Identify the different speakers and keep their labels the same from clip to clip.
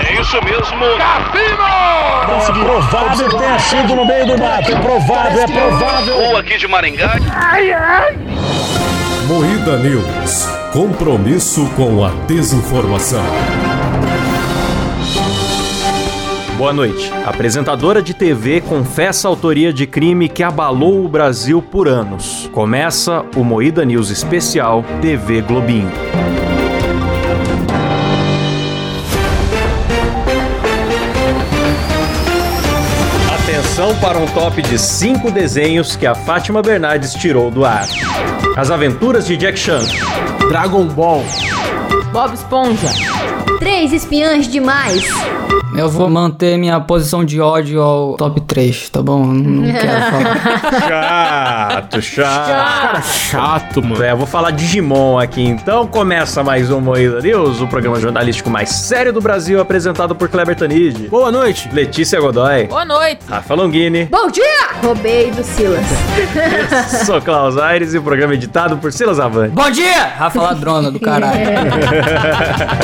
Speaker 1: É isso mesmo. Cassino!
Speaker 2: Conseguiu. Provável tenha sido no meio do mato. É provável, é provável.
Speaker 1: Ou aqui de Maringá.
Speaker 3: Moída News. Compromisso com a desinformação.
Speaker 4: Boa noite. Apresentadora de TV confessa a autoria de crime que abalou o Brasil por anos. Começa o Moída News especial TV Globinho. Atenção para um top de 5 desenhos que a Fátima Bernardes tirou do ar. As Aventuras de Jack Chan,
Speaker 5: Dragon Ball,
Speaker 6: Bob Esponja,
Speaker 7: Três espiãs demais.
Speaker 8: Eu vou manter minha posição de ódio ao top 3, tá bom? Não quero falar.
Speaker 4: Chato, chato.
Speaker 5: cara chato, mano.
Speaker 4: É, eu vou falar Digimon aqui, então começa mais um Moída News, o programa jornalístico mais sério do Brasil, apresentado por Kleber Tanid,
Speaker 5: Boa noite.
Speaker 4: Letícia Godoy,
Speaker 6: Boa noite.
Speaker 4: Rafa Longini,
Speaker 7: Bom dia! Roubei do Silas.
Speaker 4: sou Klaus Aires e o programa é editado por Silas Avante.
Speaker 8: Bom dia! Rafa Ladrona do caralho.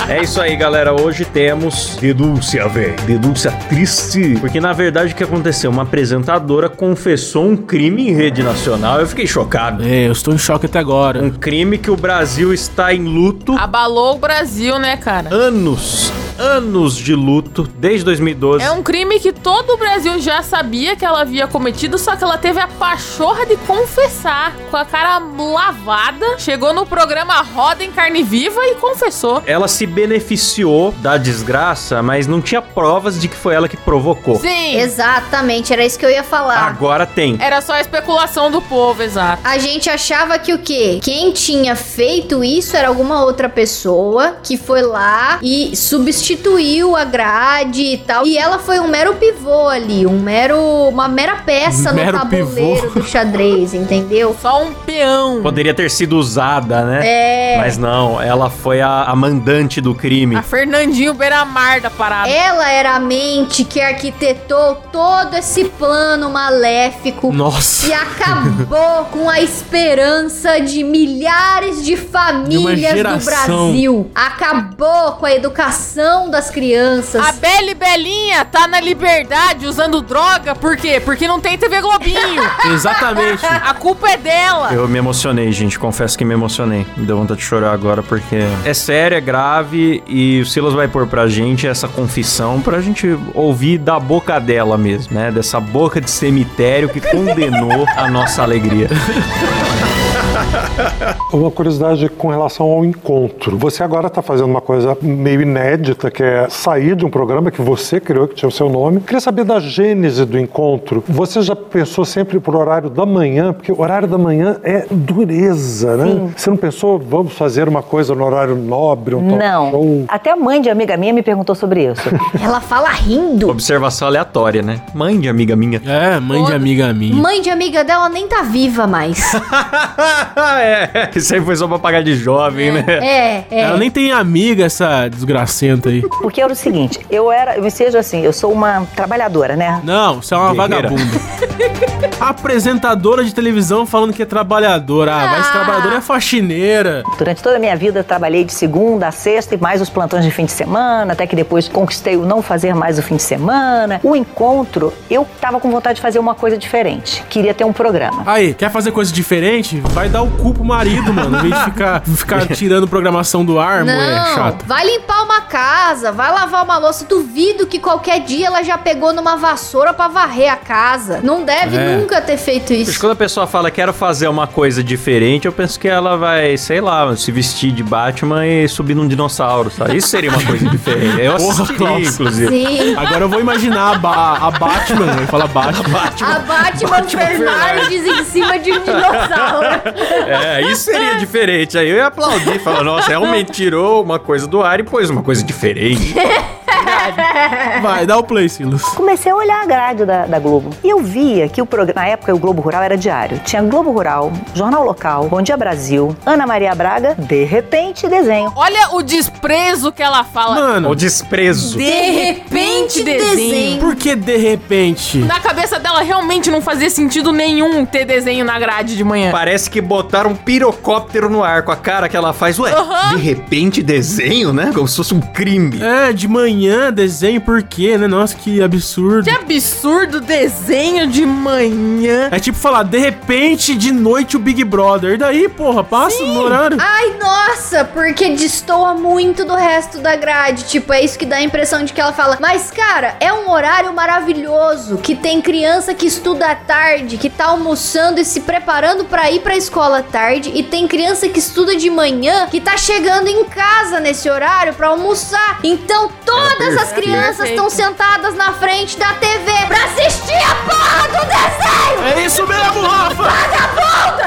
Speaker 4: É isso aí, galera, hoje temos denúncia, velho, denúncia triste, porque na verdade o que aconteceu, uma apresentadora confessou um crime em rede nacional, eu fiquei chocado.
Speaker 5: É, eu estou em choque até agora.
Speaker 4: Um crime que o Brasil está em luto
Speaker 6: Abalou o Brasil, né, cara?
Speaker 4: anos, anos de luto desde 2012.
Speaker 6: É um crime que todo o Brasil já sabia que ela havia cometido, só que ela teve a pachorra de confessar, com a cara lavada. Chegou no programa Roda em Carne Viva e confessou.
Speaker 4: Ela se beneficiou da desgraça, mas não tinha provas de que foi ela que provocou.
Speaker 6: Sim,
Speaker 7: Exatamente, era isso que eu ia falar.
Speaker 4: Agora tem.
Speaker 7: É.
Speaker 6: era só a especulação do povo, exato.
Speaker 7: A gente achava que o quê? Quem tinha feito isso era alguma outra pessoa que foi lá e substituiu a grade e tal. E ela foi um mero pivô ali, um mero. uma mera peça
Speaker 5: Mero
Speaker 7: no tabuleiro
Speaker 5: pivô.
Speaker 7: do xadrez, entendeu?
Speaker 6: Só um peão.
Speaker 4: Poderia ter sido usada, né?
Speaker 7: É.
Speaker 4: Mas não, ela foi a, a mandante do crime.
Speaker 6: A Fernandinho Beiramar da parada.
Speaker 7: Ela era a mente que arquitetou todo esse plano maléfico
Speaker 5: Nossa.
Speaker 7: e acabou com a esperança de milhares de famílias do
Speaker 5: geração.
Speaker 7: Brasil. Acabou com a educação das crianças.
Speaker 6: A Beli Belinha tá na liberdade usando droga, por quê? Porque não tem TV Globinho.
Speaker 5: Exatamente.
Speaker 6: a culpa é dela.
Speaker 4: Eu me emocionei, gente. Confesso que me emocionei. Me deu vontade de chorar agora porque é sério, é grave e o Silas vai pôr pra gente essa confissão pra gente ouvir da boca dela mesmo, né? Dessa boca de cemitério que condenou a nossa alegria.
Speaker 9: Uma curiosidade com relação ao encontro. Você agora está fazendo uma coisa meio inédita, que é sair de um programa que você criou, que tinha o seu nome. Queria saber da gênese do encontro. Você já pensou sempre pro horário da manhã? Porque o horário da manhã é dureza, né? Você não pensou, vamos fazer uma coisa no horário nobre, um talk show?
Speaker 10: Não. Até a mãe de amiga minha me perguntou sobre isso.
Speaker 7: Ela fala rindo.
Speaker 4: Observação aleatória, né? Mãe de amiga minha.
Speaker 5: É, mãe de amiga minha.
Speaker 7: Mãe de amiga dela nem tá viva mais.
Speaker 4: é, isso aí foi só pra pagar de jovem, né?
Speaker 7: é, é.
Speaker 5: Ela nem tem amiga, essa desgracenta aí.
Speaker 10: Porque era o seguinte, eu era, eu me seja assim, eu sou uma trabalhadora, né?
Speaker 5: Não, você é uma
Speaker 4: Guerreira.
Speaker 5: vagabunda. Apresentadora de televisão falando que é trabalhadora. Ah, mas trabalhadora é faxineira.
Speaker 10: Durante toda a minha vida eu trabalhei de segunda a sexta e mais os plantões de fim de semana, até que depois conquistei o não fazer mais o fim de semana. O encontro, eu tava com vontade de fazer uma coisa diferente. Queria ter um programa.
Speaker 5: Aí, quer fazer coisa diferente? Vai dar o cu pro marido, mano. Em vez de ficar, ficar tirando programação do ar, mulher
Speaker 7: Não,
Speaker 5: é chata.
Speaker 7: vai limpar uma casa, vai lavar uma louça. Duvido que qualquer dia ela já pegou numa vassoura pra varrer a casa. Não deve
Speaker 5: É.
Speaker 7: nunca ter feito
Speaker 4: Mas
Speaker 7: isso.
Speaker 4: Quando a pessoa fala quero fazer uma coisa diferente, eu penso que ela vai, sei lá, se vestir de Batman e subir num dinossauro, sabe? Isso seria uma coisa diferente. Eu
Speaker 5: Porra,
Speaker 4: assistiria,
Speaker 5: Klaus.
Speaker 4: inclusive.
Speaker 7: Sim.
Speaker 5: Agora eu vou imaginar a, ba a Batman, ele fala Batman.
Speaker 7: A Batman Fernandes em cima de um dinossauro.
Speaker 4: É, isso seria diferente. Aí eu ia aplaudir, falar, nossa, realmente tirou uma coisa do ar e pôs uma coisa diferente.
Speaker 5: Vai, dá o play, Silas.
Speaker 10: Comecei a olhar a grade da, da Globo. E eu via que o programa. Na época, o Globo Rural era diário. Tinha Globo Rural, Jornal Local, Bom Dia Brasil, Ana Maria Braga, de repente, desenho.
Speaker 6: Olha o desprezo que ela fala.
Speaker 5: Mano,
Speaker 4: O desprezo.
Speaker 7: De repente, desenho.
Speaker 5: por que de repente?
Speaker 6: Na cabeça dela, escola realmente não fazia sentido nenhum ter desenho na grade de manhã.
Speaker 4: Parece que botaram um pirocóptero no ar com a cara que ela faz. Ué,
Speaker 6: Aham.
Speaker 4: de repente desenho, né? Como se fosse um crime.
Speaker 5: É, de manhã, desenho, por quê, né? Nossa, que absurdo.
Speaker 6: Que absurdo desenho de manhã.
Speaker 5: É tipo falar, de repente, de noite, o Big Brother. E daí, porra, passa no horário.
Speaker 7: Ai, nossa, porque destoa muito do resto da grade. Tipo, é isso que dá a impressão de que ela fala. Mas, cara, é um horário maravilhoso que tem criança que estuda à tarde, que tá almoçando e se preparando pra ir pra escola à tarde, e tem criança que estuda de manhã, que tá chegando em casa nesse horário pra almoçar. Então, todas as crianças
Speaker 6: Perfeito.
Speaker 7: estão sentadas na frente da TV pra assistir a porra do desenho!
Speaker 5: É isso mesmo, Rafa!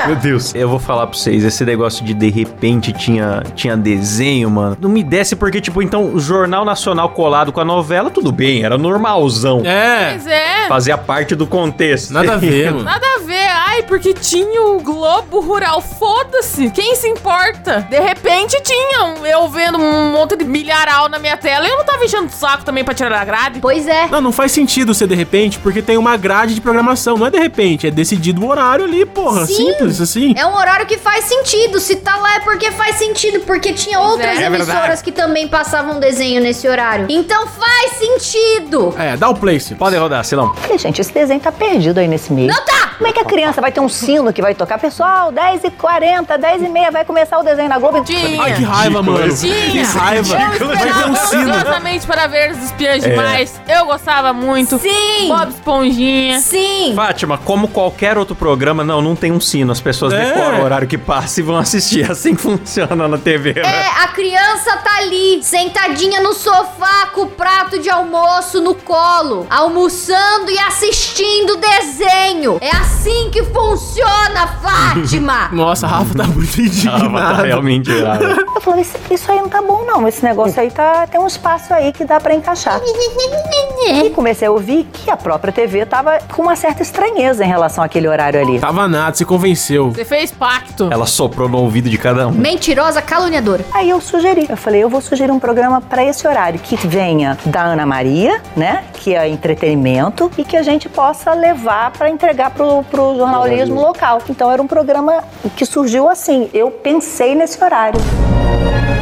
Speaker 4: Meu Deus. Eu vou falar pra vocês, esse negócio de de repente tinha, tinha desenho, mano. Não me desce porque, tipo, então, o Jornal Nacional colado com a novela, tudo bem, era normalzão.
Speaker 5: É,
Speaker 6: Pois é.
Speaker 4: Fazia parte do contexto.
Speaker 5: nada a ver, mano.
Speaker 6: Nada a ver, ai, porque tinha o Globo Rural, foda-se, quem se importa? De repente tinha um- eu vendo um monte de milharal na minha tela e eu não tava enchendo o saco também pra tirar da grade.
Speaker 7: Pois é.
Speaker 5: Não, não faz sentido ser de repente, porque tem uma grade de programação. Não é de repente, é decidido o horário ali, porra.
Speaker 7: Sim.
Speaker 5: Simples assim.
Speaker 7: É um horário que faz sentido. Se tá lá é porque faz sentido, porque tinha outras
Speaker 6: é. É
Speaker 7: emissoras que também passavam desenho nesse horário. Então faz sentido!
Speaker 5: É, dá o play, Silas.
Speaker 4: Pode rodar, Silão.
Speaker 10: Falei, gente, esse desenho tá perdido aí nesse meio.
Speaker 7: Não tá!
Speaker 10: Como é que a criança vai ter um sino que vai tocar? Pessoal, 10h40, 10h30, vai começar o desenho na Globo.
Speaker 6: Tinha.
Speaker 5: Ai, que raiva, mano. Que
Speaker 6: Tinha.
Speaker 5: raiva.
Speaker 6: Eu
Speaker 4: assim?
Speaker 5: Vai ter
Speaker 6: esperava
Speaker 5: um sino. É.
Speaker 6: ansiosamente para ver os espiãs demais. Eu gostava muito.
Speaker 7: Sim!
Speaker 6: Bob Esponjinha.
Speaker 7: Sim!
Speaker 4: Fátima, como qualquer outro programa, não, não tem um sino. As pessoas
Speaker 5: É.
Speaker 4: decoram o horário que passa e vão assistir. Assim que funciona na TV, né?
Speaker 7: É, a criança tá ali, sentadinha no sofá com o prato de almoço no colo, almoçando e assistindo desenho. É assim que funciona, Fátima!
Speaker 5: Nossa, a Rafa tá muito
Speaker 4: Tava
Speaker 5: indignada.
Speaker 4: realmente errado.
Speaker 10: Eu falei, isso, isso aí não tá bom, não. Esse negócio aí tá, tem um espaço aí que dá pra encaixar.
Speaker 7: É.
Speaker 10: E comecei a ouvir que a própria TV tava com uma certa estranheza em relação àquele horário ali.
Speaker 5: Tava nada, se convenceu.
Speaker 6: Você fez pacto.
Speaker 4: Ela soprou no ouvido de cada um.
Speaker 7: Mentirosa caluniadora.
Speaker 10: Aí eu sugeri, eu falei, eu vou sugerir um programa pra esse horário que venha da Ana Maria, né? Que é entretenimento e que a gente possa levar pra entregar pro, pro jornalismo local. Então era um programa que surgiu assim. Eu pensei nesse horário.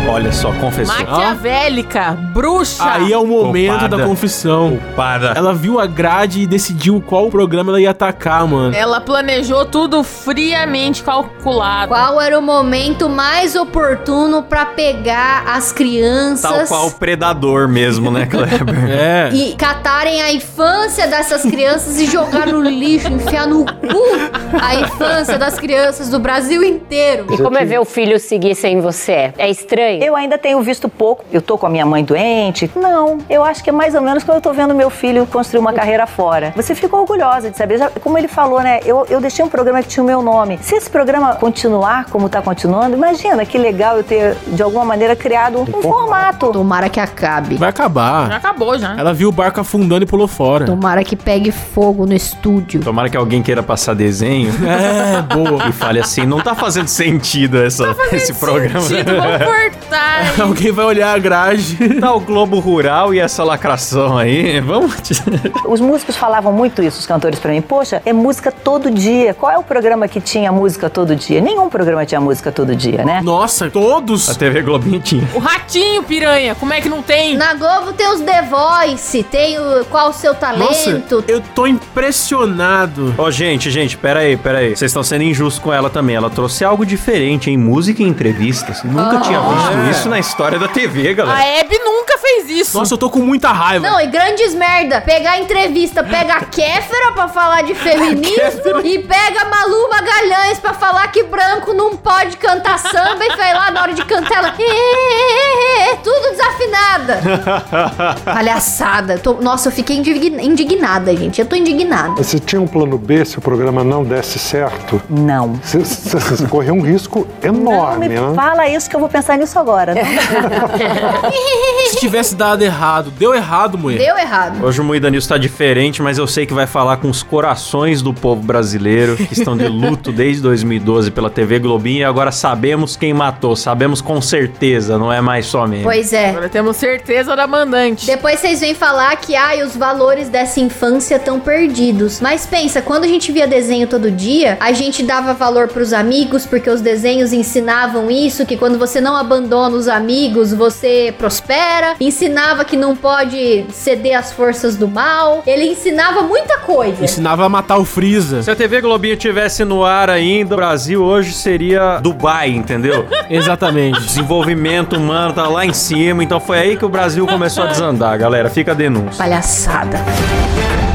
Speaker 4: Olha só, confessou.
Speaker 6: Maquiavélica, bruxa.
Speaker 5: Aí é o momento
Speaker 4: Culpada.
Speaker 5: da confissão.
Speaker 4: Para.
Speaker 5: Ela viu a grade e decidiu qual programa ela ia atacar, mano.
Speaker 6: Ela planejou tudo friamente calculado.
Speaker 7: Qual era o momento mais oportuno pra pegar as
Speaker 4: Tal
Speaker 7: crianças?
Speaker 4: qual o predador mesmo, né, Kleber?
Speaker 5: É.
Speaker 7: e catarem a infância dessas crianças e jogar no lixo, enfiar no cu a infância das crianças do Brasil inteiro.
Speaker 11: E como é ver o filho seguir sem você? É estranho?
Speaker 10: Eu ainda tenho visto pouco. Eu tô com a minha mãe doente? Não. Eu acho que é mais ou menos quando eu tô vendo meu filho construir uma carreira fora. Você fica orgulhosa de saber. Já- como ele falou, né? Eu, eu deixei um programa que tinha o meu nome. Se esse programa continuar como tá continuando, imagina que legal eu ter, de alguma maneira, criado um formato.
Speaker 7: Tomara que acabe.
Speaker 5: Vai
Speaker 6: Já
Speaker 5: acabar.
Speaker 6: acabou já.
Speaker 5: Ela viu o barco afundando e pulou fora.
Speaker 7: Tomara que pegue fogo no estúdio.
Speaker 4: Tomara que alguém queira passar desenho
Speaker 5: É, boa. tá
Speaker 4: e fale assim, não tá fazendo sentido essa, esse programa.
Speaker 6: Sentido, um vamos cortar. hein?
Speaker 5: Alguém vai olhar a grade.
Speaker 4: Tá o Globo Rural e essa lacração aí, vamos...
Speaker 10: Os músicos falavam muito isso, os cantores pra mim. Poxa, é música todo dia. Qual é o programa que tinha música todo dia? Nenhum programa tinha música todo dia, né?
Speaker 5: Nossa, todos.
Speaker 4: A TV Globinho tinha.
Speaker 6: O ratinho piranha, como é que não tem?
Speaker 7: Na Globo tem os The Voice, tem o Qual o Seu
Speaker 5: Nossa,
Speaker 7: Talento.
Speaker 5: eu tô impressionado.
Speaker 4: Ô, gente, gente, pera aí, pera aí. Vocês estão sendo injustos com ela também. Ela trouxe algo diferente em música e entrevistas. Nunca tinha visto
Speaker 5: é.
Speaker 4: isso na história da TV,
Speaker 6: A
Speaker 4: galera.
Speaker 6: Hebe nunca fez isso.
Speaker 5: Nossa, eu tô com muita raiva.
Speaker 7: Não, e grandes merda. Pegar a entrevista, pega a Kéfera pra falar de feminismo e pega a Malu Magalhães pra falar que branco não pode cantar samba e vai lá na hora de cantar ela. "Ê, ê, ê, ê, ê", Tudo desafinada. Palhaçada. Tô- nossa, eu fiquei indign- indignada, gente. Eu tô indignada.
Speaker 9: Você tinha um plano B se o programa não desse certo?
Speaker 10: Não.
Speaker 9: Você- Você você corria um risco
Speaker 10: Não
Speaker 9: enorme,
Speaker 10: me
Speaker 9: né?
Speaker 10: fala isso que eu vou pensar nisso agora. Não
Speaker 5: Se tivesse dado errado, deu errado, mulher.
Speaker 7: Deu errado.
Speaker 4: Hoje o Moída News tá diferente, mas eu sei que vai falar com os corações do povo brasileiro que estão de luto desde 2012 pela TV Globinho e agora sabemos quem matou, sabemos com certeza, não é mais só meme.
Speaker 7: Pois é.
Speaker 6: Agora temos certeza da mandante.
Speaker 7: Depois vocês vêm falar que, ai, os valores dessa infância estão perdidos. Mas pensa, quando a gente via desenho todo dia, a gente dava valor pros amigos, porque os desenhos ensinavam isso, que quando você não abandona os amigos, você prospera. Ensinava que não pode ceder às forças do mal. Ele ensinava muita coisa.
Speaker 5: Ensinava a matar o Freeza.
Speaker 4: Se a TV Globinho tivesse no ar ainda, o Brasil hoje seria Dubai, entendeu?
Speaker 5: Exatamente.
Speaker 4: Desenvolvimento humano tá lá em cima, então foi aí que o Brasil começou a desandar, galera. Fica a denúncia.
Speaker 7: Palhaçada.